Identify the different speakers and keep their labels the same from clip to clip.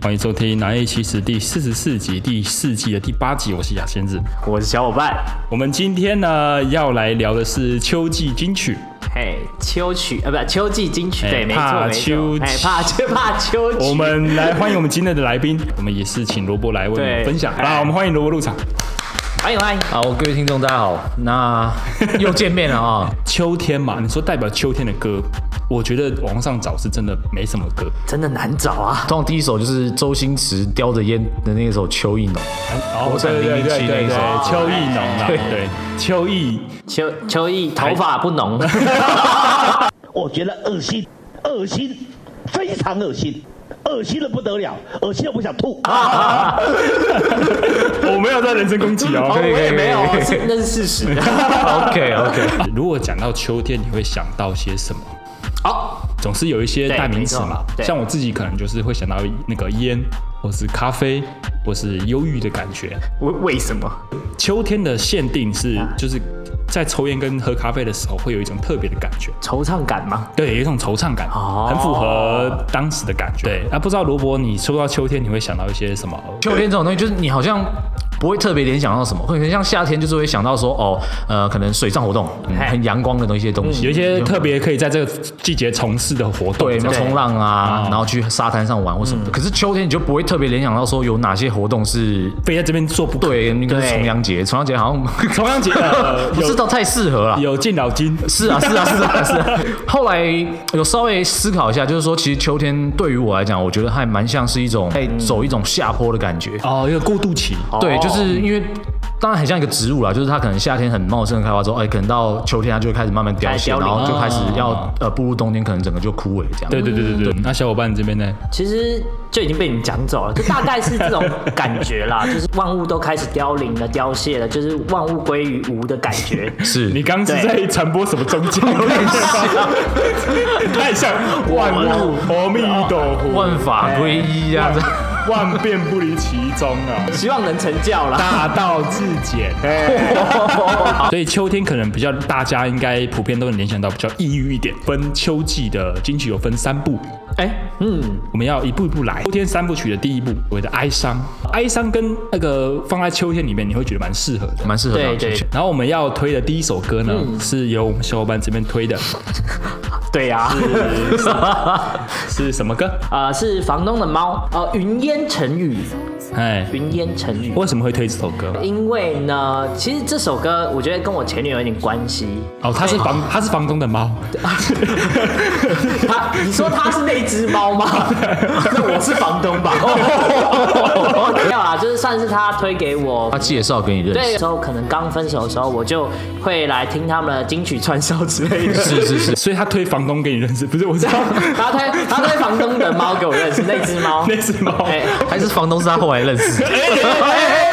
Speaker 1: 欢迎收听《南 A 奇史》第四十四集，第四季的第八集，我是雅仙子。
Speaker 2: 我是小伙伴。
Speaker 1: 我们今天呢要来聊的是秋季金曲，
Speaker 2: 嘿，秋曲啊，不，秋季金曲，
Speaker 1: 哎
Speaker 2: 对，没
Speaker 1: 怕
Speaker 2: 错，没
Speaker 1: 秋
Speaker 2: 错，哎，
Speaker 1: 曲
Speaker 2: 怕 秋，怕秋曲。
Speaker 1: 我们来欢迎我们今天的来宾，我们也是请罗伯来为我们
Speaker 2: 对
Speaker 1: 分享。
Speaker 2: 哎
Speaker 1: 好，我们欢迎罗伯入场。
Speaker 2: 欢迎欢迎，哦
Speaker 3: 好，各位听众，大家好，那又见面了啊、
Speaker 1: 秋天嘛，你说代表秋天的歌，我觉得网上找是真的没什么歌。
Speaker 2: 真的难找啊，
Speaker 3: 通常第一首就是周星驰叼着烟的那首《秋意浓》，
Speaker 1: 哦
Speaker 3: 国产007那一首
Speaker 1: 秋意浓啦，
Speaker 3: 对
Speaker 1: 对， 秋意
Speaker 2: 秋秋意头发不浓，
Speaker 4: 我觉得恶心，恶心，非常恶心，恶心的不得了，恶心的我想吐。
Speaker 1: 我没有在人身攻击哦。
Speaker 3: 可以
Speaker 2: 我
Speaker 3: 可以
Speaker 2: 也没
Speaker 3: 可
Speaker 2: 有，
Speaker 3: 以
Speaker 2: 是那是事实。
Speaker 3: OK OK，
Speaker 1: 如果讲到秋天，你会想到些什么？
Speaker 2: 好，
Speaker 1: 总是有一些
Speaker 2: 对
Speaker 1: 代名词嘛
Speaker 2: 没错。对
Speaker 1: 像我自己可能就是会想到那个烟，或是咖啡，或是忧郁的感觉。
Speaker 2: 为为什么？
Speaker 1: 秋天的限定是，
Speaker 2: 啊
Speaker 1: 就是在抽烟跟喝咖啡的时候，会有一种特别的感觉。
Speaker 2: 惆怅感吗？
Speaker 1: 对，有一种惆怅感，
Speaker 2: 哦
Speaker 1: 很符合当时的感觉。对，啊，不知道罗伯，你说到秋天，你会想到一些什么？
Speaker 3: 秋天这种东西，就是你好像不会特别联想到什么，可能像夏天就是会想到说，哦，呃，可能水上活动、嗯
Speaker 2: 嘿
Speaker 3: 很阳光的一些东西，
Speaker 1: 嗯有一些特别可以在这个季节从事的活动，
Speaker 3: 对，
Speaker 1: 这
Speaker 3: 什
Speaker 1: 样
Speaker 3: 么冲浪啊
Speaker 1: 哦，
Speaker 3: 然后去沙滩上玩或什么的。可是秋天你就不会特别联想到说有哪些活动是。
Speaker 1: 非在这边做不可。
Speaker 3: 对，那个是
Speaker 2: 对
Speaker 3: 重阳节，重阳节好像
Speaker 1: 重阳节呃
Speaker 3: 不知道太适合了。
Speaker 1: 有敬老金，
Speaker 3: 是啊，是啊，是啊，是啊。后来有稍微思考一下，就是说，其实秋天对于我来讲，我觉得还蛮像是一种在
Speaker 2: 嗯
Speaker 3: 走一种下坡的感觉。
Speaker 1: 哦，一个过渡期，
Speaker 3: 对，就是因为。当然很像一个植物啦，就是它可能夏天很茂盛的开花之后，哎、可能到秋天它就会开始慢慢凋谢，
Speaker 2: 开始凋
Speaker 3: 然
Speaker 2: 零哦
Speaker 3: 后就开始要、
Speaker 1: 啊
Speaker 3: 呃步入冬天，可能整个就枯萎这样。
Speaker 1: 对对对对对。那小伙伴这边呢？
Speaker 2: 其实就已经被你讲走了，就大概是这种感觉啦，就是万物都开始凋零了、凋谢了，就是万物归于无的感觉。
Speaker 3: 是
Speaker 1: 你刚是
Speaker 2: 对
Speaker 1: 在传播什么宗教？太像万物阿弥陀佛，
Speaker 3: 万法归一啊，这样
Speaker 1: 万变不离其宗啊，
Speaker 2: 希望能成教啦。
Speaker 1: 大道至简。哎 所以秋天可能比较大家应该普遍都能联想到比较抑郁一点。分秋季的金曲有分三部，
Speaker 2: 哎、嗯，
Speaker 1: 我们要一步一步来。秋天三部曲的第一部，我的哀伤，哀伤跟那个放在秋天里面，你会觉得蛮适合的。
Speaker 3: 蛮适合的。
Speaker 2: 对对
Speaker 1: 然后我们要推的第一首歌呢，
Speaker 2: 嗯
Speaker 1: 是由我们小伙伴这边推的，
Speaker 2: 对啊呀、
Speaker 1: 是什么歌？
Speaker 2: 啊、是房东的猫，呃，云烟成雨，
Speaker 1: 哎，
Speaker 2: 云烟成雨。
Speaker 1: 为什么会推这首歌？
Speaker 2: 因为呢，其实这首歌我觉得跟我前女友有点关系。
Speaker 1: 哦，它是房，
Speaker 2: 哎
Speaker 1: 它是房东的猫，
Speaker 2: 他，你说他是那只猫吗？ 那我是房东吧？ 没有啦，就是算是他推给我
Speaker 3: 他。介绍给你认
Speaker 2: 对，有
Speaker 3: 识
Speaker 2: 时，候可能刚分手的时候，我就会来听他们的金曲串烧之类的。
Speaker 3: 是是是，
Speaker 1: 所以他推房东给你认识，不是我知 道
Speaker 2: 他推他推房东的猫给我认识那只猫，
Speaker 1: 那只猫。
Speaker 2: 哎，
Speaker 3: 还是房东是他后来认识的。
Speaker 2: 哎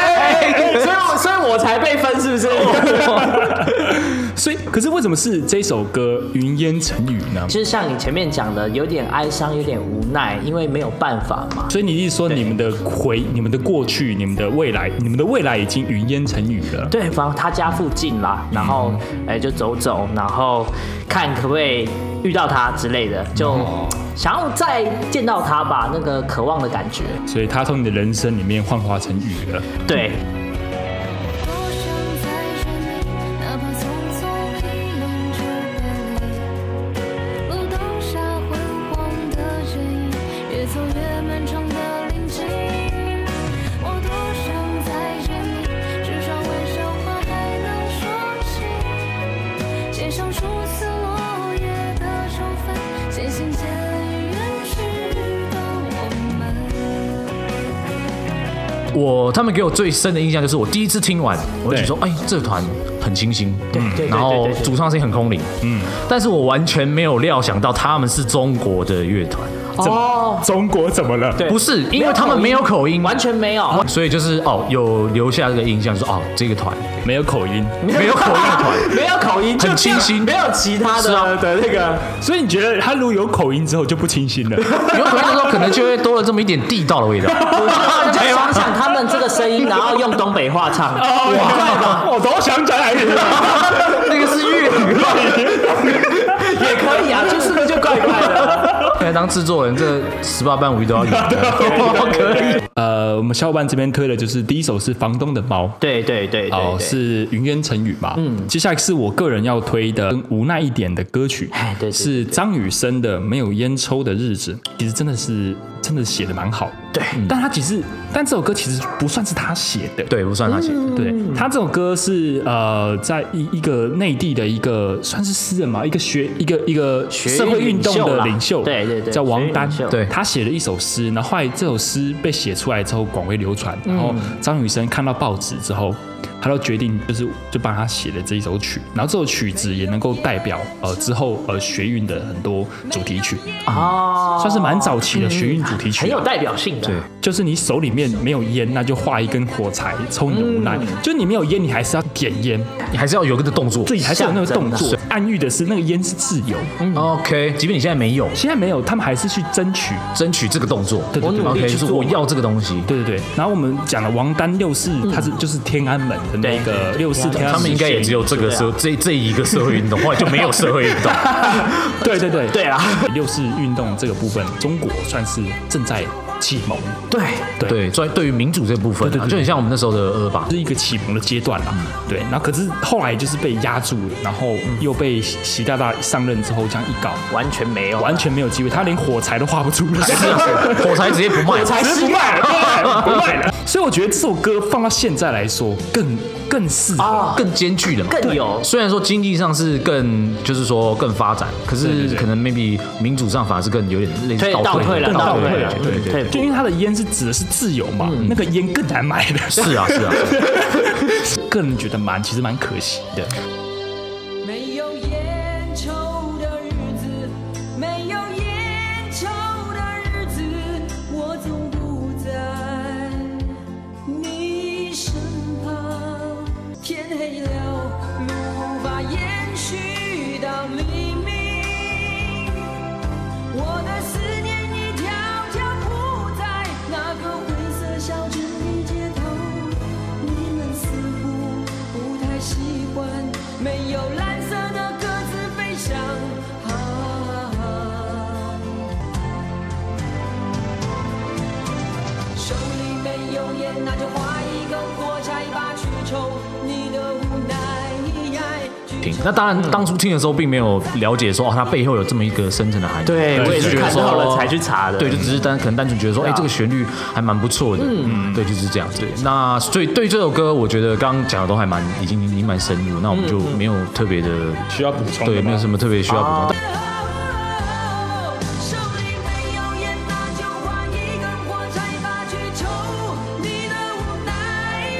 Speaker 2: 所以我所以我才被分是不是？
Speaker 1: 所以，可是为什么是这首歌《云烟成雨》呢？
Speaker 2: 就是像你前面讲的，有点哀伤，有点无奈，因为没有办法嘛。
Speaker 1: 所以你一说你们的回、你们的过去、你们的未来、你们的未来已经云烟成雨了。
Speaker 2: 对，反正他家附近啦，
Speaker 3: 嗯
Speaker 2: 然后哎、就走走，然后看可不可以遇到他之类的，就
Speaker 3: 哦
Speaker 2: 想要再见到他吧，那个渴望的感觉。
Speaker 1: 所以他从你的人生里面幻化成雨了。
Speaker 2: 对，
Speaker 5: 多想在这里，哪怕匆匆一眼就别离。路灯下昏黄的剪影，越走越漫长的林径。我多想再见你，至少微笑话还能说起。街上初次落叶的愁烦，渐行渐远去的我们。
Speaker 3: 我他们给我最深的印象就是我第一次听完，我就觉得说，哎，这团很清新，对
Speaker 2: 对对
Speaker 3: 然
Speaker 2: 对
Speaker 3: 后
Speaker 2: 对对
Speaker 3: 主唱声音很空灵，嗯，但是我完全没有料想到他们是中国的乐团，
Speaker 2: 哦，
Speaker 1: 中国怎么了？
Speaker 2: 对
Speaker 3: 不是，因为他们没有口音，
Speaker 2: 完全没有，
Speaker 3: 所以就是哦，有留下这个印象，就是哦，这 个团
Speaker 1: 没有口音。
Speaker 3: 没有口音的团，
Speaker 2: 没有口音，就
Speaker 3: 很清新
Speaker 2: 没有其他
Speaker 3: 是啊
Speaker 2: 的的那个。
Speaker 1: 所以你觉得他如果有口音之后就不清新了？
Speaker 3: 有口音的时候可能就会多了这么一点地道的 味道，
Speaker 2: 你就
Speaker 3: 啊
Speaker 2: 想想他们这个声音，然后用东北话唱，
Speaker 3: 哦
Speaker 1: 哦哇，我都想讲来
Speaker 3: 那个是粤语，
Speaker 2: 也可以啊，就是不是就怪怪的？
Speaker 3: 来当制作人，这十八般武艺都要有。可以。
Speaker 1: 呃，我们小伙伴这边推的就是第一首是《房东的猫》，
Speaker 2: 对对对对
Speaker 1: 哦，
Speaker 2: 对
Speaker 1: 是云烟成语嘛。嗯，接下来是我个人要推的跟无奈一点的歌曲
Speaker 2: 哎，对对对
Speaker 1: 是张雨生的《没有烟抽的日子》，其实真的是真的写的蛮好。
Speaker 2: 对
Speaker 1: 嗯，但他其实但这首歌其实不算是他写的。
Speaker 3: 对，不算他写
Speaker 2: 嗯
Speaker 3: 的。
Speaker 1: 对他这首歌是呃，在一一个内地的一个算是诗人嘛，一个学一个一个
Speaker 2: 学
Speaker 1: 社会运动
Speaker 2: 领袖
Speaker 1: 的
Speaker 2: 啦
Speaker 1: 领袖，
Speaker 2: 对对对
Speaker 1: 叫王丹
Speaker 2: 学运领，袖
Speaker 3: 对
Speaker 1: 他写了一首诗，然后后来这首诗被写出来之后广为流传，然后张雨生看到报纸之后。他就决定，就是就帮他写了这一首曲，然后这首曲子也能够代表呃之后呃学运的很多主题曲，
Speaker 2: 哦，嗯
Speaker 1: 算是蛮早期的学运主题曲啊，
Speaker 2: 很有代表性的
Speaker 3: 对。
Speaker 1: 就是你手里面没有烟，那就画一根火柴抽你的无奈。就你没有烟，你还是要点烟，
Speaker 3: 你还是要有个动作。
Speaker 1: 自己还是有那个动
Speaker 2: 象
Speaker 1: 作。暗喻的是那个烟是自由，
Speaker 3: 嗯 OK，即便你现在没有，
Speaker 1: 现在没有，他们还是去争取。
Speaker 3: 争取这个动作，
Speaker 1: 对对对
Speaker 2: 我努力
Speaker 3: OK，
Speaker 2: 去
Speaker 3: 就是
Speaker 2: 做
Speaker 3: 我要这个东西。
Speaker 1: 对对对。然后我们讲了王丹六四，他是就是天安门的那个六四天安门事件，
Speaker 3: 他们应该也只有这个社这这一个社会运动，后来就没有社会运动。
Speaker 1: 对对对
Speaker 2: 对啊，
Speaker 1: 六四运动这个部分，中国算是正在启蒙，
Speaker 2: 对，
Speaker 3: 对，所以对于民主这部分、啊，
Speaker 1: 对对对
Speaker 3: 就很像我们那时候的二二 八。
Speaker 1: 是一个启蒙的阶段啦。对，然后可是后来就是被压住了，然后又被习习大大上任之后这样一搞，
Speaker 2: 完全没有，
Speaker 1: 完全没有机会，他连火柴都画不出 来，
Speaker 3: 火柴直接不卖，
Speaker 1: 直接不卖了，不卖了。所以我觉得这首歌放到现在来说，更更适合。
Speaker 2: 啊，
Speaker 3: 更艰巨了嘛。
Speaker 2: 更有
Speaker 3: 虽然说经济上是更，就是说更发展，可
Speaker 1: 对
Speaker 3: 是
Speaker 1: 对
Speaker 3: 可能 maybe 民主上反而是更有点类似
Speaker 2: 退倒退了，
Speaker 3: 更
Speaker 2: 倒
Speaker 3: 倒退
Speaker 2: 了嗯
Speaker 3: 了，，对对
Speaker 2: 退
Speaker 3: 对，
Speaker 1: 就
Speaker 2: 步
Speaker 1: 因为他的烟是指的是自由嘛，那个烟更难买 的，
Speaker 3: 是啊是啊，
Speaker 1: 个人觉得蛮其实蛮可惜的。
Speaker 5: 没有烟抽的日子，没有烟抽的日子，我总不在你身旁。天黑了，路无法延续到黎明，我的思念一条条铺在那个灰色小镇的街头。你们似乎不太习惯没有蓝色的鸽子飞翔。啊，手里没有烟，那就画一根火柴吧，去抽你的无奈。
Speaker 3: 停。那当然，当初听的时候并没有了解说，哦，它背后有这么一个深层的含义。
Speaker 2: 对我也是看到了才去查的，
Speaker 3: 对，就只是单可能单纯觉得说，哎、
Speaker 2: 啊
Speaker 3: 这个旋律还蛮不错的，嗯，对，就是这样。对，那所以对这首歌，我觉得刚刚讲的都还蛮已经已经蛮深入，那我们就没有特别的，
Speaker 1: 需要补充的吗
Speaker 3: 对，没有什么特别需要补充。
Speaker 5: 哦手里没有烟，那就画一根火柴吧，去抽你的无奈，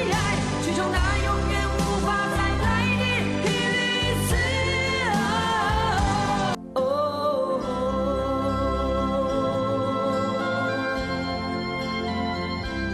Speaker 5: 去抽那永远无法再来的一缕丝。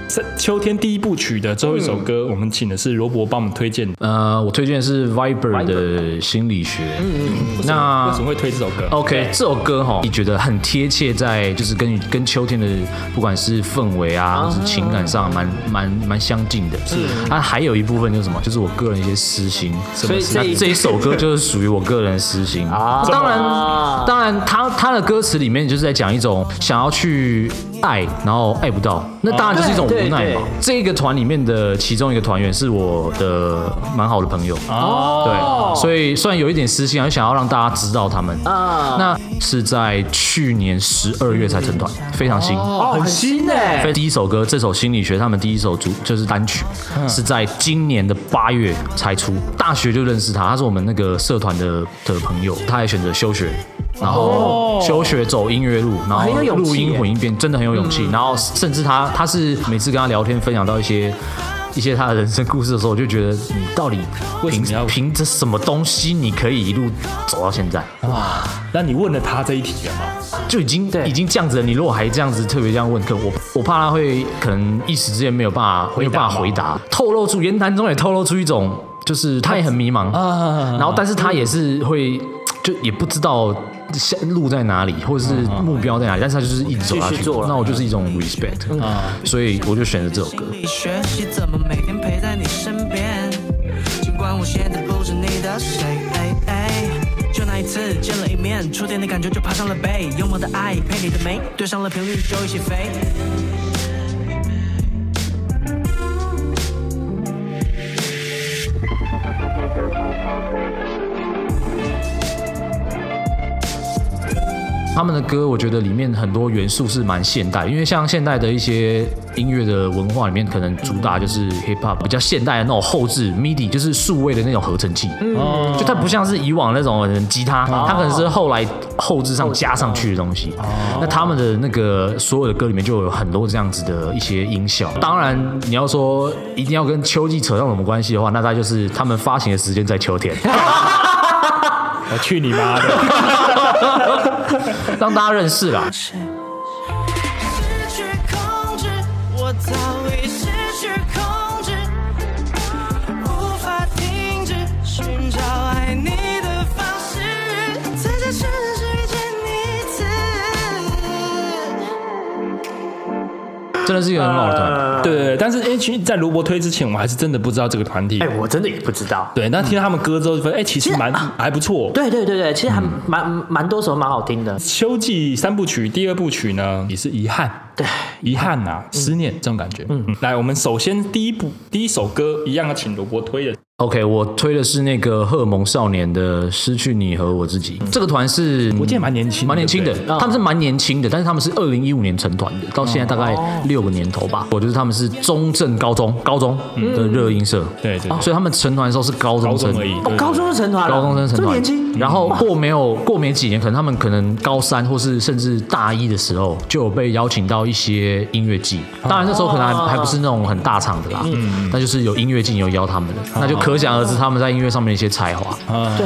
Speaker 1: 是秋天第一部曲的最后一首歌，我们请的是罗伯帮我们推荐的。
Speaker 3: 呃，我推荐的是 Viber 的心理学，嗯嗯，那
Speaker 1: 为什么会推这首歌？
Speaker 3: OK，这首歌哈，你觉得很贴切在就是跟跟秋天的不管是氛围啊，或是情感上蛮蛮蛮相近的。是啊，还有一部分就是什么，就是我个人一些私心。
Speaker 2: 么以私心
Speaker 3: 那这一首歌就是属于我个人的私心
Speaker 2: 啊
Speaker 3: 啊。当
Speaker 2: 啊
Speaker 3: 然，当然，他他的歌词里面就是在讲一种想要去爱，然后爱不到，那当然就是一种
Speaker 2: 对
Speaker 3: 无奈
Speaker 2: 对
Speaker 3: 嘛。这个团里面的其中一个团员是我的蛮好的朋友
Speaker 2: 哦
Speaker 3: 对，所以虽然有一点私心啊，就想要让大家知道他们
Speaker 2: 啊，
Speaker 3: 那是在去年十二月才成团，非常新。欸
Speaker 2: 哦很新哎
Speaker 3: 所以，第一首歌，这首《心理学》，他们第一首主就是单曲，
Speaker 2: 嗯
Speaker 3: 是在今年的八月才出。大学就认识他，他是我们那个社团的的朋友，他也选择休学，然后休学走音乐路，然后
Speaker 2: 哦很有勇气
Speaker 3: 录音
Speaker 2: 耶嗯
Speaker 3: 混音变，真的很有勇气。然后甚至他他是每次跟他聊天，分享到一些。一些他的人生故事的时候，我就觉得你到底
Speaker 1: 为什
Speaker 3: 凭
Speaker 1: 么要
Speaker 3: 凭着什么东西，你可以一路走到现在？
Speaker 1: 那你问了他这一题了吗？
Speaker 3: 就已经
Speaker 2: 对
Speaker 3: 已经这样子了，你如果还这样子特别这样问，可我我怕他会可能一时之间没有办法没有办法回答，透露出言谈中也透露出一种就是他也很迷
Speaker 2: 啊
Speaker 3: 茫然后但是他也是会就也不知道下路在哪里或者是目标在哪里，但是他就是一直走下
Speaker 2: 嗯继续
Speaker 3: 去
Speaker 2: 做，了嗯
Speaker 3: 那我就是一种 respect，所以我就选择这首歌。
Speaker 6: 你学习怎么每天陪在你身边。尽管我现在不是你的谁，哎哎就拿
Speaker 7: 那一次见了一面，触电的感觉就爬上了背，幽默的爱配你的美，对上了频率就一起飞。
Speaker 3: 他们的歌，我觉得里面很多元素是蛮现代，因为像现代的一些音乐的文化里面，可能主打就是 hip hop 比较现代的那种后置 MIDI，就是数位的那种合成器，嗯，就它不像是以往那种吉他，它可能是后来后置上加上去的东西。那他们的那个所有的歌里面就有很多这样子的一些音效。当然，你要说一定要跟秋季扯上什么关系的话，那它就是他们发行的时间在秋天。
Speaker 1: 我去你妈 的！
Speaker 3: 让大家认识啦。
Speaker 7: 失去控制，我早已失去控制，无法停止寻找爱你的方式，在这城市遇见你一次。
Speaker 3: 真的是一个很好的团。
Speaker 1: 对，但是因为其实在罗伯推之前，我还是真的不知道这个团体
Speaker 2: 哎、。我真的也不知道。
Speaker 1: 对，那听到他们歌之后，就发现哎，其实
Speaker 2: 其实
Speaker 1: 蛮还不错。
Speaker 2: 对对对对，其实还蛮蛮多首蛮好听的。
Speaker 1: 秋季三部曲第二部曲呢，也是遗憾，
Speaker 2: 对，嗯
Speaker 1: 遗憾呐、思念这种感觉。嗯，来，我们首先第一部第一首歌一样要请罗伯推的，
Speaker 3: OK，我推的是那个荷尔蒙少年的《失去你和我自
Speaker 1: 嗯
Speaker 3: 己》。这个团是
Speaker 1: 我记得蛮年轻的
Speaker 3: 蛮年轻的
Speaker 1: 对不，嗯
Speaker 3: 他们是蛮年轻的，但是他们是二零一五年成团的，到现在大概
Speaker 1: 哦
Speaker 3: 六个年头吧。我觉得他们是中正高中高中的热音社，
Speaker 1: 嗯对对对
Speaker 3: 所以他们成团的时候是高
Speaker 1: 高
Speaker 3: 中生
Speaker 1: 中而已。
Speaker 2: 哦，高中就成团了，
Speaker 3: 高中生
Speaker 2: 啊
Speaker 3: 成
Speaker 2: 这么
Speaker 3: 团，
Speaker 2: 年轻，
Speaker 3: 然后过没有过没几年，可能他们可能高三或是甚至大一的时候，就有被邀请到一些音乐季。当然那时候可能还
Speaker 2: 哦
Speaker 3: 还不是那种很大场的啦，
Speaker 2: 嗯
Speaker 3: 那就是有音乐季有邀他们的，
Speaker 2: 哦
Speaker 3: 那就可想而知他们在音乐上面的一些才华。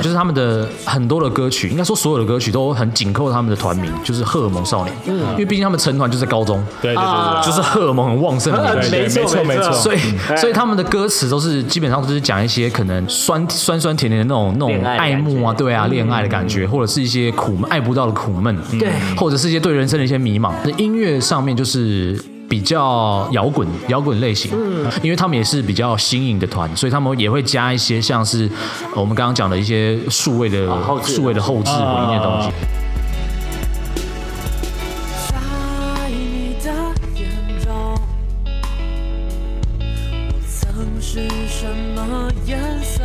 Speaker 3: 就是他们的很多的歌曲，应该说所有的歌曲都很紧扣他们的团名，就是荷尔蒙少年，
Speaker 2: 嗯
Speaker 3: 因为毕竟他们成团就在高中，
Speaker 1: 对对对
Speaker 2: 啊
Speaker 1: 对
Speaker 3: 就是荷尔蒙很旺盛的年纪
Speaker 1: 对，对
Speaker 2: 呃没错
Speaker 1: 没错
Speaker 2: 没
Speaker 1: 没
Speaker 2: 错
Speaker 1: 错。
Speaker 3: 所以，所以他们的歌词都是基本上都是讲一些可能酸酸酸甜甜的那种那种
Speaker 2: 恋爱的感
Speaker 3: 爱
Speaker 2: 觉
Speaker 3: 慕啊，对啊，恋爱的感觉，或者是一些苦闷爱不到的苦闷，
Speaker 2: 对
Speaker 3: 或者是一些对人生的一些迷茫。那音乐上面就是。比较摇滚摇滚类型，嗯，因为他们也是比较新颖的团，所以他们也会加一些像是呃我们刚刚讲的一些数位的
Speaker 2: 后置
Speaker 3: 数位的后置混音的东西。
Speaker 8: 在你的眼中，我曾是什么颜色？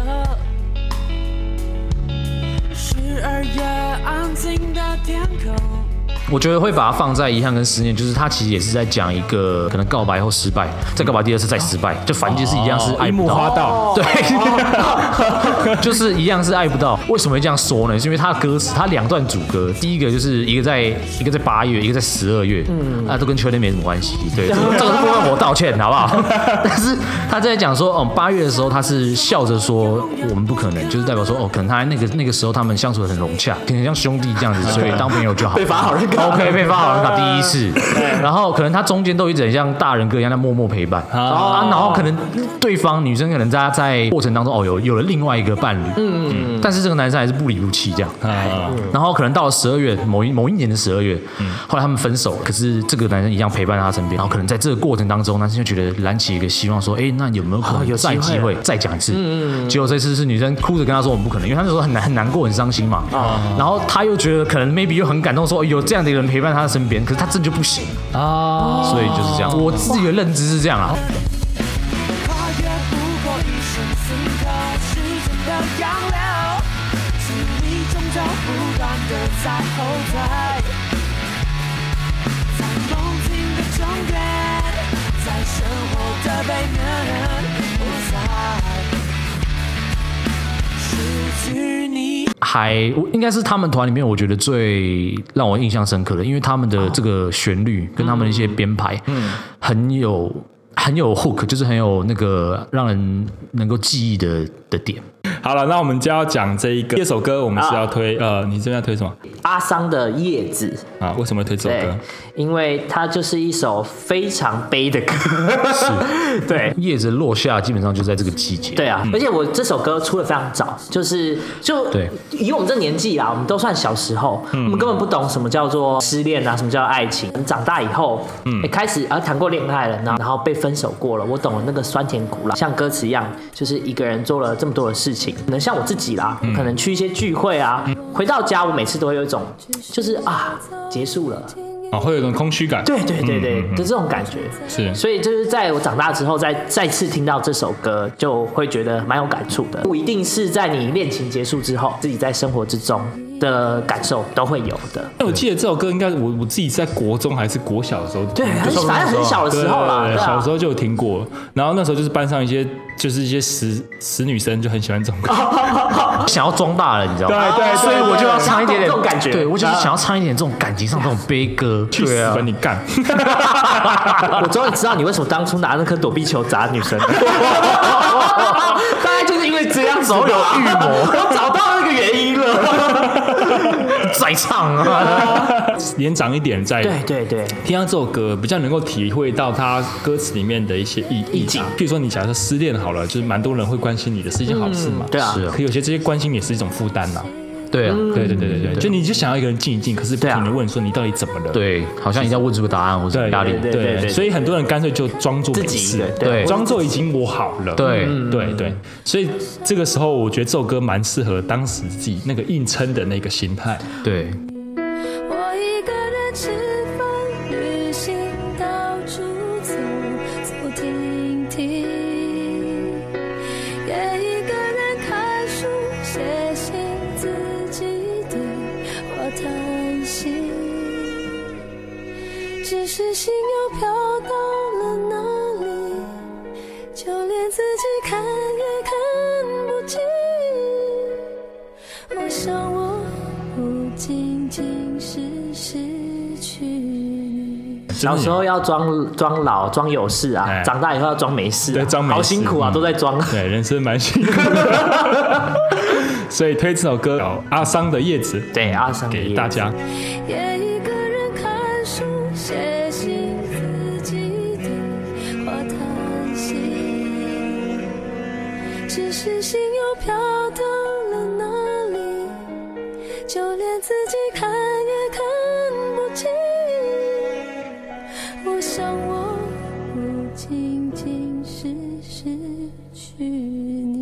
Speaker 8: 时而也安静的天空。
Speaker 3: 我觉得会把它放在遗憾跟思念，就是它其实也是在讲一个可能告白后失败，再告白第二次再失败，就反正就是哦一样是爱
Speaker 1: 樱
Speaker 3: 不
Speaker 1: 木
Speaker 3: 到。
Speaker 1: 花道，
Speaker 2: 哦
Speaker 3: 对， 就是一样是爱不到。为什么会这样说呢？是因为他的歌词，他两段主歌，第一个就是一个在一个在八月，一个在十二月，嗯，啊，都跟秋天没什么关系。对，这个这个部分我道歉，好不好？ 但是他在讲说，哦，八月的时候他是笑着说我们不可能，就是代表说，哦，可能他那个那个时候他们相处的很融洽，很像兄弟这样子，所以当朋友 就好。被
Speaker 2: 罚好人卡
Speaker 3: OK，被罚好人卡第一次。然后可能他中间都一直很像大人哥一样在默默陪伴啊，然后可能对方女生可能在在过程当中哦有有了另外一个伴侣，嗯，但是这个男生还是不离不弃这样。
Speaker 1: 嗯，
Speaker 3: 然后可能到了十二月某一某一年的十二月，后来他们分手了，可是这个男生一样陪伴在他身边，然后可能在这个过程当中，男生就觉得燃起一个希望，说，哎，那有没有可能再机会嗯再讲一次？结果这次是女生哭着跟他说我们不可能，因为他那时候很难很难过很伤心嘛，然后他又觉得可能 maybe 又很感动，说哎有这样的一个人陪伴他身边，可是他真的就不行啊，所以就是这样，我自己的认知是这样啊。
Speaker 8: 跨越不过一瞬此刻时间的洋流，经历终究不断的在后退，在梦境的终点，在生活的背面，我在失去你。
Speaker 3: 还我应该是他们团里面，我觉得最让我印象深刻的，因为他们的这个旋律跟他们的一些编排，嗯，很有很有 hook，就是很有那个让人能够记忆的的点。
Speaker 1: 好了，那我们就要讲这一个第二首歌，我们是要推
Speaker 2: 啊
Speaker 1: 呃，你这边要推什么
Speaker 2: 阿桑的叶子，
Speaker 1: 啊？为什么要推这首
Speaker 2: 对
Speaker 1: 歌？，
Speaker 2: 因为它就是一首非常悲的歌， 对。
Speaker 3: 叶子落下，基本上就在这个季节。
Speaker 2: 对啊，而且我这首歌出的非常早，就是就
Speaker 3: 对
Speaker 2: 以我们这年纪啊，我们都算小时候，我们根本不懂什么叫做失恋啊，什么叫爱情。长大以后，嗯，开始啊谈过恋爱了，然后然后被分手过了，我懂了那个酸甜苦辣。像歌词一样，就是一个人做了这么多的事情，可能像我自己啦，可能去一些聚会啊，回到家我每次都会有一种，就是啊，结束了。
Speaker 1: 哦，会有一种空虚感。
Speaker 2: 对对对对
Speaker 1: 嗯嗯嗯
Speaker 2: 的这种感觉。
Speaker 1: 是
Speaker 2: 所以就是在我长大之后，再再次听到这首歌，就会觉得蛮有感触的。不一定是在你恋情结束之后，自己在生活之中的感受都会有的。
Speaker 1: 哎因为我记得这首歌应该我我自己在国中还是国小的时候听
Speaker 2: 对，
Speaker 1: 过
Speaker 2: 很反正很小的嗯时候啦，
Speaker 1: 对对
Speaker 2: 对
Speaker 1: 对
Speaker 2: 啊
Speaker 1: 小时候就有听过。然后那时候就是班上一些就是一些死死女生就很喜欢这种
Speaker 2: 哦
Speaker 1: 歌，
Speaker 3: 想要装大人，你知道
Speaker 1: 对
Speaker 3: 吗？
Speaker 1: 对，
Speaker 3: 所以我就要唱一点点
Speaker 2: 这种感觉
Speaker 3: 对我就是想要唱一点这种感情上这种悲歌，
Speaker 1: 去
Speaker 3: 对
Speaker 1: 死
Speaker 3: 啊
Speaker 1: 吧，你干！
Speaker 2: 我终于知道你为什么当初拿那颗躲避球砸女生了，大概就是因为这样子吧
Speaker 3: 早有预谋
Speaker 2: 我找到那个原因了。
Speaker 3: 再唱啊，
Speaker 1: 年长一点再
Speaker 2: 对对对，
Speaker 1: 听到这首歌，比较能够体会到它歌词里面的一些意
Speaker 2: 意
Speaker 1: 意
Speaker 2: 境
Speaker 1: 境。譬如说，你假设失恋好了，就是蛮多人会关心你的，是一件好事嘛。
Speaker 2: 对啊
Speaker 3: 是啊
Speaker 1: 可有些这些关心也是一种负担呐。
Speaker 3: 对啊，
Speaker 1: 对对对对对，就你就想要一个人静一静，可是不
Speaker 2: 对啊
Speaker 1: 停的问说你到底怎么了？
Speaker 3: 对，好像你在问出个答案或者
Speaker 1: 对
Speaker 3: 压力，
Speaker 2: 对对对
Speaker 1: 对，所以很多人干脆就装作
Speaker 2: 自
Speaker 1: 没
Speaker 2: 己
Speaker 1: 事
Speaker 2: 一个，
Speaker 3: 对
Speaker 1: 装作已经我好了。
Speaker 3: 对
Speaker 1: 对对，所以这个时候我觉得这首歌蛮适合当时自己那个硬撑的那个心态。
Speaker 3: 对，
Speaker 5: 我一个人吃饭、旅行，到处走走停停，也一个人看书、写信，自己对我叹息。只是心又飘到了哪里，就连自己看也看不清。我想我不仅仅是失去你。
Speaker 2: 小时候要装装老、装有事啊，
Speaker 1: 哎
Speaker 2: 长大以后要装没事啊，
Speaker 1: 对装没事
Speaker 2: 好辛苦啊，
Speaker 1: 嗯
Speaker 2: 都在装。
Speaker 1: 对，人生蛮辛苦的。所以推这首歌叫阿桑的叶子
Speaker 2: 对，啊阿三
Speaker 1: 给大家。
Speaker 5: 也一个人看书、写信，自己对话叹息。只是心又飘到了哪里，就连自己看也看不清。我想，我不仅仅是失去你。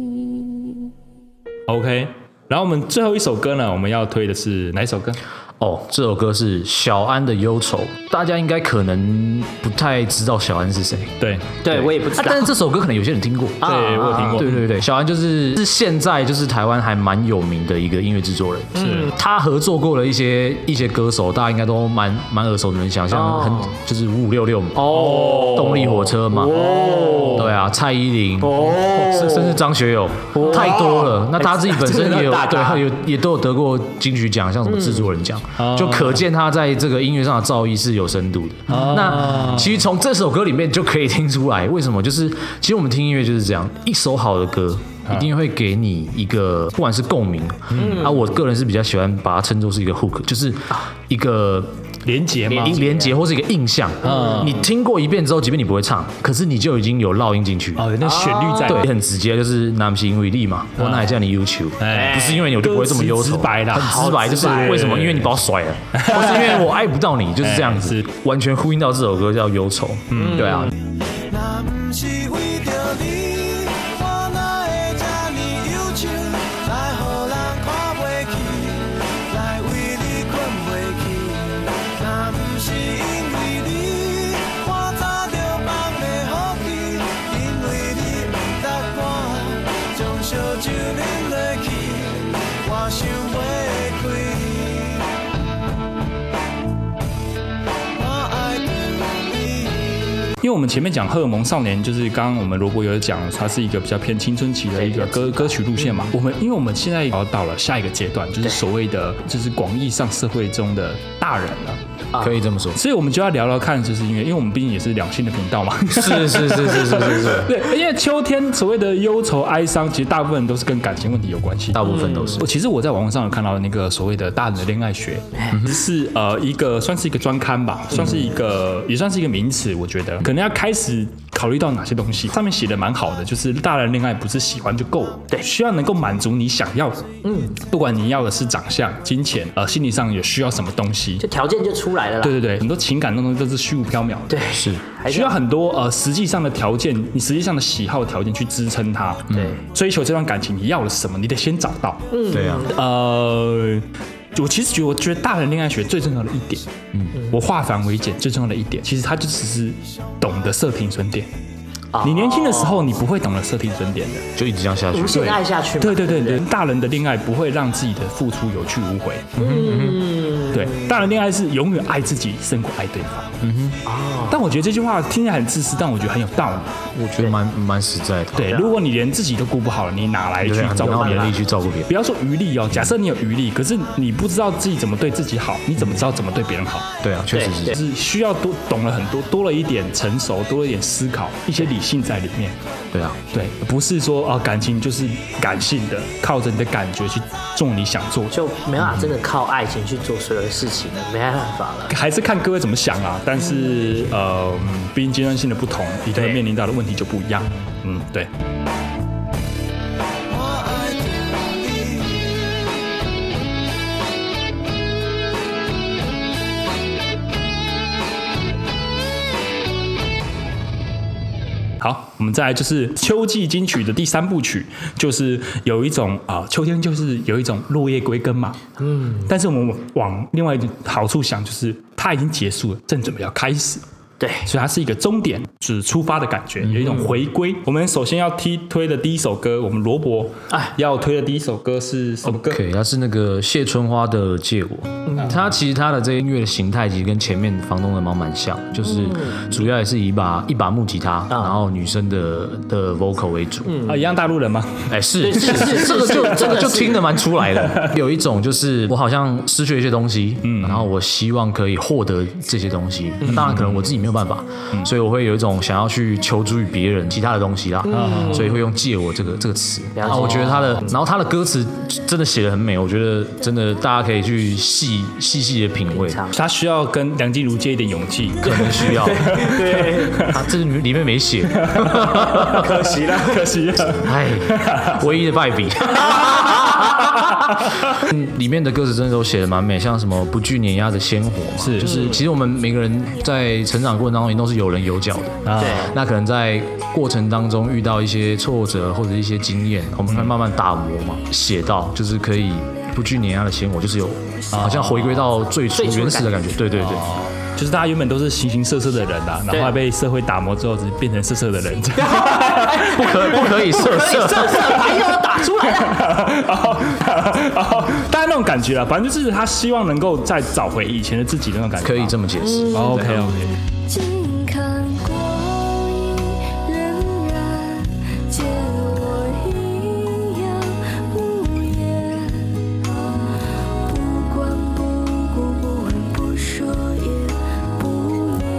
Speaker 1: OK，然后我们最后一首歌呢，我们要推的是哪一首歌？
Speaker 3: 哦，这首歌是小安的忧愁，大家应该可能不太知道小安是谁，
Speaker 1: 对，
Speaker 2: 对我也不知
Speaker 3: 啊
Speaker 2: 道
Speaker 3: 但是这首歌可能有些人听过。
Speaker 2: 啊
Speaker 1: 对我有听过。
Speaker 3: 对对对，小安就是是现在就是台湾还蛮有名的一个音乐制作人，嗯
Speaker 1: 是
Speaker 3: 他合作过的一些一些歌手，大家应该都蛮蛮耳熟能详，像很、
Speaker 2: 哦
Speaker 3: 就是五五六六嘛，
Speaker 2: 哦
Speaker 3: 动力火车嘛，
Speaker 2: 哦
Speaker 3: 对啊，蔡依林，
Speaker 2: 哦
Speaker 3: 甚甚至张学友，太多了。那他自己本身也有
Speaker 2: 哎真的很大咖
Speaker 3: 对，有也都有得过金曲奖，像什么制作人奖，
Speaker 2: 啊
Speaker 3: 就可见他在这个音乐上的造诣是有深度的。
Speaker 2: 啊
Speaker 3: 那其实从这首歌里面就可以听出来，为什么？就是其实我们听音乐就是这样，一首好的歌。
Speaker 2: 啊
Speaker 3: 一定会给你一个，不管是共鸣，
Speaker 2: 嗯
Speaker 3: 啊，我个人是比较喜欢把它称作是一个 hook，就是一个
Speaker 1: 连结吗？
Speaker 3: 连连接或是一个印象。你听过一遍之后，即便你不会唱，可是你就已经有烙印进去。
Speaker 1: 哦，有那旋律在。
Speaker 3: 啊对，很直接，就是南是因为力嘛，我哪里叫你忧愁？
Speaker 1: 哎
Speaker 3: 不是因为你，我就不会这么忧
Speaker 1: 歌
Speaker 3: 愁。
Speaker 1: 词直白啦
Speaker 3: 很直白，
Speaker 1: 好
Speaker 3: 就是
Speaker 1: 直白
Speaker 3: 为什么？因为你把我甩了，或是因为我爱不到你，就是这样
Speaker 1: 哎
Speaker 3: 子
Speaker 1: 是，
Speaker 3: 完全呼应到这首歌叫忧愁。嗯，对啊，
Speaker 7: 若不是为着你，我哪会这呢忧愁？来予人看袂起，来为你困袂去。若不是因为你，我早就放袂好去。因为你不答我，将烧酒饮落去，我想袂开。我爱着你。
Speaker 1: 因为我们前面讲荷尔蒙少年，就是刚刚我们罗伯有讲，它是一个比较偏青春期的一个歌歌曲路
Speaker 3: 嗯
Speaker 1: 线嘛。我们因为我们现在要到了下一个阶段，就是所谓的就是广义上社会中的大人了，
Speaker 3: 啊可以这么说。
Speaker 1: 所以我们就要聊聊看，就是因为因为我们毕竟也是两性的频道嘛。
Speaker 3: 是是是是是是是，
Speaker 1: 对，因为秋天所谓的忧愁哀伤，其实大部分都是跟感情问题有关系。嗯
Speaker 3: 大部分都是
Speaker 1: 我。其实我在网络上有看到那个所谓的大人的恋爱学，
Speaker 3: 嗯
Speaker 1: 是呃一个算是一个专刊吧，算是一个也算是一个名词，我觉得可能要开始考虑到哪些东西。上面写的蛮好的，就是大人恋爱不是喜欢就够了，
Speaker 2: 对
Speaker 1: 需要能够满足你想要的。嗯，不管你要的是长相、金钱，呃，心理上也需要什么东西
Speaker 2: 就。条件就出来了啦。
Speaker 1: 对对对，很多情感的东西都是虚无缥缈的。
Speaker 2: 对，
Speaker 3: 是
Speaker 2: 还是
Speaker 1: 需要很多呃实际上的条件，你实际上的喜好条件去支撑它。嗯
Speaker 2: 对，
Speaker 1: 追求这段感情，你要了什么，你得先找到。
Speaker 3: 对
Speaker 1: 嗯
Speaker 3: 啊，
Speaker 1: 呃，我其实觉得，我觉得大人恋爱学最重要的一点，嗯，我化繁为简最重要的一点，其实它就只是懂得设停损点。
Speaker 2: 哦
Speaker 1: 你年轻的时候，你不会懂得设停损点的。
Speaker 3: 就一直这样下去
Speaker 2: 无。限爱下去嘛。
Speaker 1: 对对对对，大人的恋爱不会让自己的付出有去无回。嗯，对，大人恋爱是永远爱自己胜过爱对方。嗯哼，但我觉得这句话听起来很自私，但我觉得很有道理。
Speaker 3: 我觉得蛮蛮实在的。
Speaker 1: 对，如果你连自己都顾不好了，你哪来去
Speaker 3: 有很
Speaker 1: 照顾
Speaker 3: 多
Speaker 1: 别
Speaker 3: 能力
Speaker 1: 人？
Speaker 3: 去照顾别人。
Speaker 1: 不要说余力哦，假设你有余力，可是你不知道自己怎么对自己好，你怎么知道怎么对别人好？
Speaker 3: 对啊，确实是这
Speaker 1: 就
Speaker 3: 样。
Speaker 1: 是需要多懂了很多，多了一点成熟，多了一点思考，一些理性在里面。
Speaker 3: 对啊，
Speaker 1: 对，不是说啊、感情就是感性的，靠着你的感觉去做你想做的，
Speaker 2: 就没办法真的靠爱情去做所有的事情了，没办法了。
Speaker 1: 还是看各位怎么想啊。但是呃，嗯毕竟阶段性的不同，你可能面临到的问题就不一样。嗯，对。好，我们再来就是秋季金曲的第三部曲，就是有一种啊、秋天就是有一种落叶归根嘛，嗯，但是我们往另外一种好处想，就是它已经结束了，正准备要开始，
Speaker 2: 对，
Speaker 1: 所以它是一个终点，是出发的感觉，有一种回归。我们首先要踢推的第一首歌，我们罗伯
Speaker 2: 哎
Speaker 1: 要推的第一首歌是什么歌
Speaker 3: 啊 OK，它是那个谢春花的《借我》，它其实它的这音乐的形态其实跟前面房东的猫蛮像，就是主要也是以一把一把木吉他，然后女生的的 vocal 为主。
Speaker 1: 啊，一样大陆人吗？
Speaker 3: 哎，是
Speaker 2: 是是是
Speaker 3: 这个就
Speaker 2: 真的
Speaker 3: 这个就是听得蛮出来 的。有一种就是我好像失去了一些东西，嗯，然后我希望可以获得这些东西，
Speaker 2: 嗯
Speaker 3: 当然可能我自己没有办法，所以我会有一种想要去求助于别人其他的东西啦，所以会用“借我”这个这个词。
Speaker 2: 嗯了解
Speaker 3: 然后我觉得他的，然后他的歌词真的写的很美，我觉得真的大家可以去细细细的品味，
Speaker 2: 品尝
Speaker 1: 他需要跟梁静茹借一点勇气。
Speaker 3: 可能需要。对，啊，这个里面没写，
Speaker 1: 可惜 了，可惜了。
Speaker 3: 哎，唯一的败笔。嗯，里面的歌词真的都写的蛮美，像什么不惧碾压的鲜活嘛，
Speaker 1: 是
Speaker 3: 就是其实我们每个人在成长过程当中，一定都是有棱有角的。
Speaker 1: 啊
Speaker 2: 对，
Speaker 3: 那可能在过程当中遇到一些挫折或者一些经验，我们会慢慢打磨嘛，写到就是可以不惧碾压的鲜活，就是有好像回归到最初
Speaker 2: 最初的
Speaker 3: 原始的感觉。对对对，
Speaker 1: 就是大家原本都是形形色色的人啦、然后
Speaker 2: 对
Speaker 1: 后来被社会打磨之后，只是变成色色的 人。
Speaker 3: 不可不可以色色。
Speaker 2: 色色牌又打出来了。
Speaker 1: 哦，哦大家那种感觉啦，反正就是他希望能够再找回以前的自己那种感觉吧。
Speaker 3: 可以这么解释，
Speaker 1: OK OK，
Speaker 5: 静看光阴荏苒，借我啊一样无言。啊不管不顾，不问不说，也不言。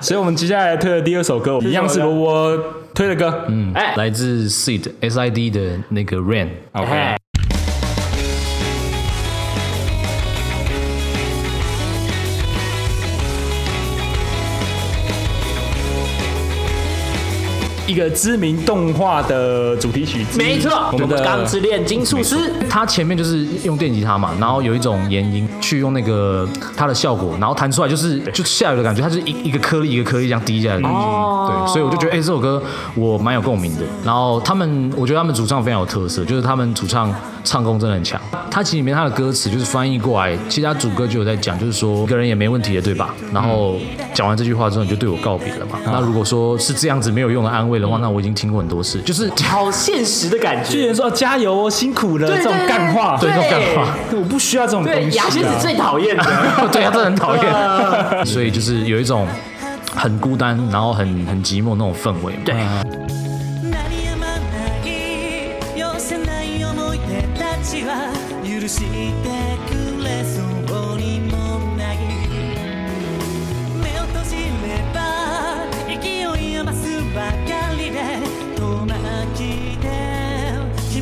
Speaker 1: 所以我们接下来推的第二首歌，一样是罗伯推的歌。嗯
Speaker 2: 哎，
Speaker 3: 来自 Seed S I D 的那个 Rain。
Speaker 1: 嗯，OK
Speaker 2: 哎。
Speaker 1: 一个知名动画的主题曲之一，
Speaker 2: 没错，
Speaker 1: 我们的
Speaker 2: 钢之炼金术师，
Speaker 3: 他前面就是用电吉他嘛，然后有一种延音去用那个它的效果，然后弹出来就是就下雨的感觉，它就是一一个颗粒一个颗粒这样滴下来的感觉。对，所以我就觉得哎、这首歌我蛮有共鸣的。然后他们，我觉得他们主唱非常有特色，就是他们主唱唱功真的很强。他其实里面他的歌词就是翻译过来，其实他主歌就有在讲，就是说一个人也没问题的，对吧？然后讲完这句话之后，你就对我告别了嘛。那如果说是这样子没有用的安慰的话，那我已经听过很多次，就是
Speaker 2: 好现实的感
Speaker 1: 巨
Speaker 2: 觉。
Speaker 1: 人说加油哦，辛苦了，
Speaker 2: 对
Speaker 1: 这种
Speaker 2: 对
Speaker 1: 干话，
Speaker 3: 对这种干话。
Speaker 1: 我不需要这种东
Speaker 2: 对，
Speaker 1: 西啊。
Speaker 2: 牙仙子最讨厌的。
Speaker 3: 对啊，真的很讨厌。所以就是有一种很孤单，然后很很寂寞那种氛围。
Speaker 2: 对，
Speaker 7: 鳴り止まない寄せない思い出たちは許してくれそうにもない目を閉じれば勢い余すばかりで遠巻きで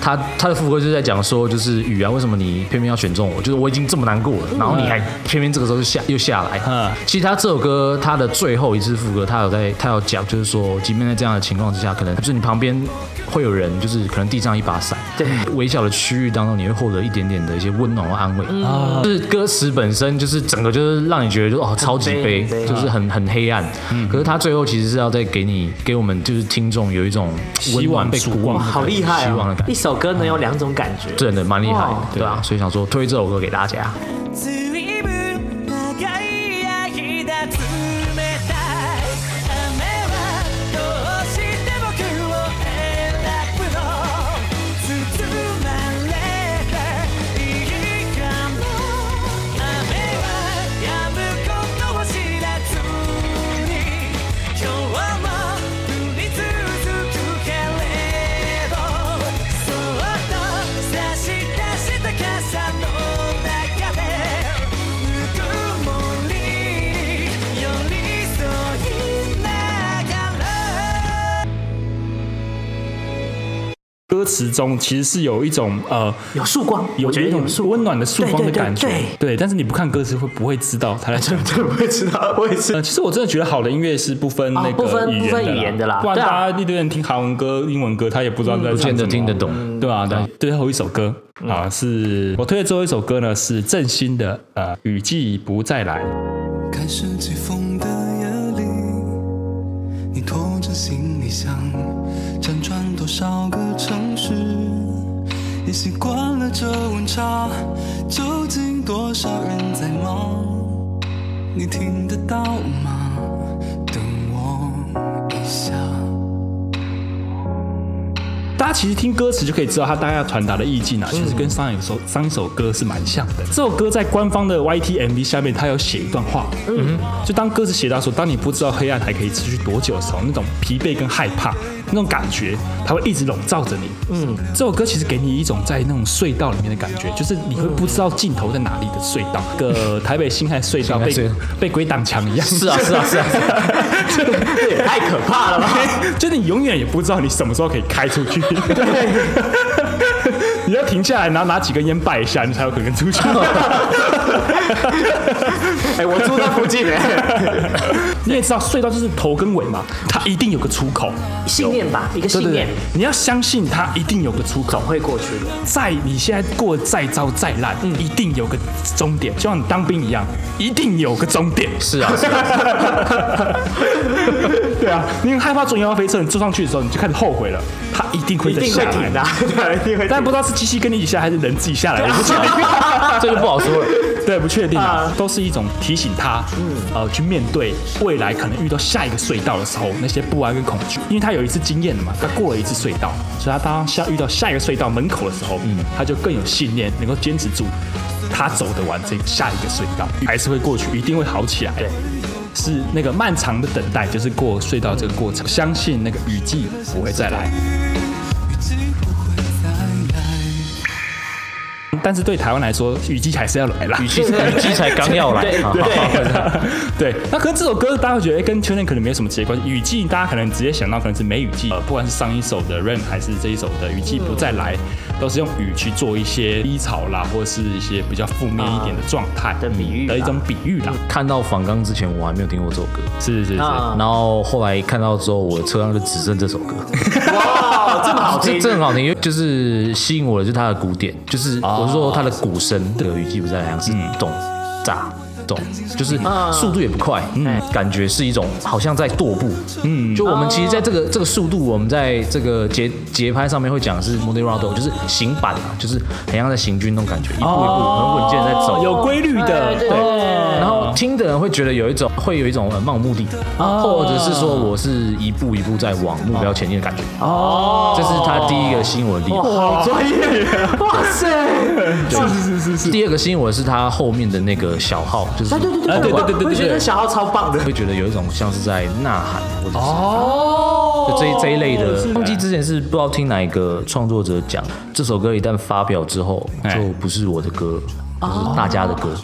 Speaker 3: 他他的副歌就是在讲说，就是雨啊，为什么你偏偏要选中我？就是我已经这么难过了，然后你还偏偏这个时候就下又下来。
Speaker 1: 嗯
Speaker 3: 其实他这首歌他的最后一次副歌，他有在他有讲，就是说，即便在这样的情况之下，可能就是你旁边会有人，就是可能地上一把伞，
Speaker 2: 对
Speaker 3: 微小的区域当中，你会获得一点点的一些温暖和安慰。就是歌词本身就是整个就是让你觉得就哦超级
Speaker 2: 啊很
Speaker 3: 悲
Speaker 2: 悲，很悲嗯
Speaker 3: 就是很很黑暗。可是他最后其实是要再给你给我们就是听众有一种温
Speaker 1: 希
Speaker 3: 暖
Speaker 1: 望
Speaker 3: 被
Speaker 1: 曙
Speaker 3: 鼓舞
Speaker 1: 光哇
Speaker 3: 的感觉，
Speaker 2: 好厉害
Speaker 3: 希望的
Speaker 2: 哦
Speaker 3: 感！觉
Speaker 2: 一。首歌能有两种感觉，
Speaker 3: 真的蛮厉害的
Speaker 2: 哇，
Speaker 3: 对啊，所以想说推这首歌给大 家。
Speaker 7: ずいぶん長い間冷たい雨はどうして僕を選ぶの包まれていいかも雨は止むことを知らずに今日も降り続くけれどそっと差し出した傘の中でぬくもりに寄り添いながら
Speaker 1: 歌词中其实是有一种呃。
Speaker 2: 有曙光，
Speaker 1: 有
Speaker 2: 我觉
Speaker 1: 一
Speaker 2: 得
Speaker 1: 种
Speaker 2: 有曙
Speaker 1: 温暖的曙光的感觉，
Speaker 2: 对对
Speaker 1: 对，但是你不看歌词会不会知道他在讲
Speaker 3: 对，我也知道，我也是。
Speaker 1: 呃，其实我真的觉得好的音乐是不分
Speaker 2: 哦
Speaker 1: 那
Speaker 2: 不
Speaker 1: 个
Speaker 2: 分
Speaker 1: 语
Speaker 2: 不分
Speaker 1: 言的啦，
Speaker 2: 语言的啦
Speaker 1: 不然
Speaker 2: 对啊
Speaker 1: 大家一堆人听韩文歌、英文歌，他也不知道在
Speaker 3: 不
Speaker 1: 唱
Speaker 3: 见
Speaker 1: 什
Speaker 3: 得
Speaker 1: 么
Speaker 3: 听得懂，
Speaker 1: 对啊，对啊，最后一首歌
Speaker 2: 嗯
Speaker 1: 啊，是我推的最后一首歌呢，是郑兴的呃《雨季不再来》。
Speaker 9: 看升起风的夜里，你拖着行李箱，辗转多少个城市，也习惯了这温差。究竟多少人在梦？你听得到吗？等我一下。
Speaker 1: 大家其实听歌词就可以知道他大概要传达的意境啊，
Speaker 3: 嗯
Speaker 1: 其实跟上一首上一首歌是蛮像的。这首歌在官方的 YT MV 下面，他有写一段话，嗯，就当歌词写到说，当你不知道黑暗还可以持续多久的时候，那种疲惫跟害怕，那种感觉，它会一直笼罩着你。嗯，这首歌其实给你一种在那种隧道里面的感觉，就是你会不知道尽头在哪里的隧道，个台北新海隧道被
Speaker 3: 嗯新海隧道
Speaker 1: 被鬼挡墙一样。
Speaker 3: 是啊，是 啊，是啊。
Speaker 2: 这也太可怕了吧！
Speaker 1: 就是你永远也不知道你什么时候可以开出去。 你要停下来，然后拿几根烟拜一下，你才有可能出去。
Speaker 2: 哦 哎，我住在附近哎，
Speaker 1: 你也知道，隧道就是头跟尾嘛，它一定有个出口。
Speaker 2: 信念吧，一个信念
Speaker 1: 你要相信它一定有个出口。
Speaker 2: 会过去的。
Speaker 1: 再你现在过得再糟再烂，
Speaker 2: 嗯
Speaker 1: 一定有个终点，就像你当兵一样，一定有个终点。
Speaker 3: 是啊，是啊，
Speaker 2: 啊
Speaker 1: 对啊，你很害怕坐云霄飞车，你坐上去的时候，你就开始后悔了，它一定会
Speaker 2: 一
Speaker 1: 再
Speaker 2: 定
Speaker 1: 下
Speaker 2: 会
Speaker 1: 来。
Speaker 2: 停的啊，对，一定会停。
Speaker 1: 但不知道是机器跟你一起下来，还是人自己下来，也不确定。
Speaker 3: 这就不好说了。嗯
Speaker 1: 对，不确定啊，都是一种提醒他，呃，去面对未来可能遇到下一个隧道的时候那些不安跟恐惧，因为他有一次经验了嘛，他过了一次隧道，所以他当下遇到下一个隧道门口的时候，嗯，他就更有信念，能够坚持住，他走得完这下一个隧道，还是会过去，一定会好起来的。是那个漫长的等待，就是过隧道这个过程，相信那个雨季不会再来。
Speaker 9: 雨季不会再来，
Speaker 1: 但是对台湾来说，雨季还是要来啦。
Speaker 3: 语气 语气才刚要来
Speaker 2: 对
Speaker 3: 啊，
Speaker 1: 对，那可是这首歌大家会觉得诶跟秋天可能没有什么直接关系。雨季大家可能直接想到可能是梅雨
Speaker 2: 嗯
Speaker 1: 季，呃，不管是上一首的 Rain 还是这一首的雨季不再来，
Speaker 2: 嗯
Speaker 1: 都是用雨去做一些低潮啦，或者是一些比较负面一点的状态
Speaker 2: 啊的比喻啦
Speaker 1: 的一种比喻啦。
Speaker 3: 看到仿钢之前，我还没有听过这首歌。
Speaker 1: 是是是，
Speaker 2: 啊
Speaker 3: 然后后来看到之后，我车上就只剩这首歌，
Speaker 2: 哇，这么好
Speaker 3: 这
Speaker 2: 听，
Speaker 3: 这很好听，因为就是吸引我的就是它的鼓点，就是
Speaker 2: 哦
Speaker 3: 我是说它的鼓声，这个语气不在好像是咚炸咚，就是速度也不快，嗯，感觉是一种好像在踱步，嗯，就我们其实在这个这个速度，我们在这个节节拍上面会讲是 moderado，就是行板啊，就是很像在行军那种感觉，一步一步很
Speaker 2: 哦
Speaker 3: 稳健地在走，
Speaker 1: 有规律的，
Speaker 2: 对
Speaker 1: 对
Speaker 3: 然后听的人会觉得有一种会有一种呃漫无目的，或者是说我是一步一步在往目标前进的感觉。哦，这是他第一个吸引我的地方。
Speaker 2: 好专业， 哇塞！
Speaker 1: 是是是是，
Speaker 3: 第二个吸引我的是他后面的那个小号，就是
Speaker 2: 对对
Speaker 1: 啊对对
Speaker 2: 对
Speaker 1: 对对对
Speaker 2: 我也觉得
Speaker 1: 对
Speaker 2: 小号超棒的。
Speaker 3: 会觉得有一种像是在呐喊，或者是
Speaker 2: 哦
Speaker 3: 就这一这一类的
Speaker 1: 是。
Speaker 3: 忘记之前是不知道听哪一个创作者讲，这首歌一旦发表之后
Speaker 1: 哎
Speaker 3: 就不是我的歌了，就是大家的歌。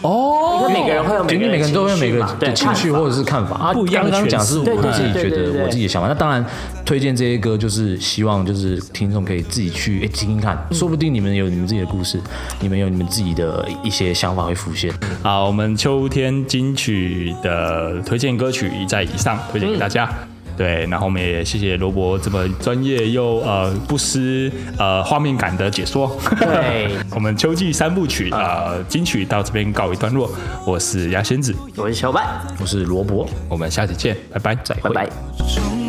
Speaker 2: 因为每个人会有每
Speaker 3: 肯
Speaker 2: 个
Speaker 3: 定每个人都会有每个
Speaker 2: 人
Speaker 3: 人
Speaker 2: 嘛
Speaker 3: 的
Speaker 2: 对
Speaker 3: 兴趣
Speaker 2: 看法
Speaker 3: 或者是看法啊。
Speaker 1: 不一样的
Speaker 3: 刚刚讲
Speaker 1: 诠释
Speaker 3: 是
Speaker 2: 对
Speaker 3: 我
Speaker 2: 对
Speaker 3: 自己
Speaker 2: 对
Speaker 3: 觉
Speaker 2: 对对
Speaker 3: 得
Speaker 2: 对
Speaker 3: 我自己的想法，那当然推荐这些歌就是希望就是听众可以自己去诶听听看，说不定你们有你们自己的故事，你们有你们自己的一些想法会浮现。
Speaker 1: 好，我们秋天金曲的推荐歌曲在以上推荐给大家。对，然后我们也谢谢罗伯这么专业又呃不失呃画面感的解说。
Speaker 2: 对，
Speaker 1: 我们秋季三部曲呃金曲到这边告一段落。我是牙仙子，
Speaker 2: 我是小白，
Speaker 3: 我是罗伯，
Speaker 1: 我们下期见，拜拜，再
Speaker 2: 拜拜。
Speaker 9: 终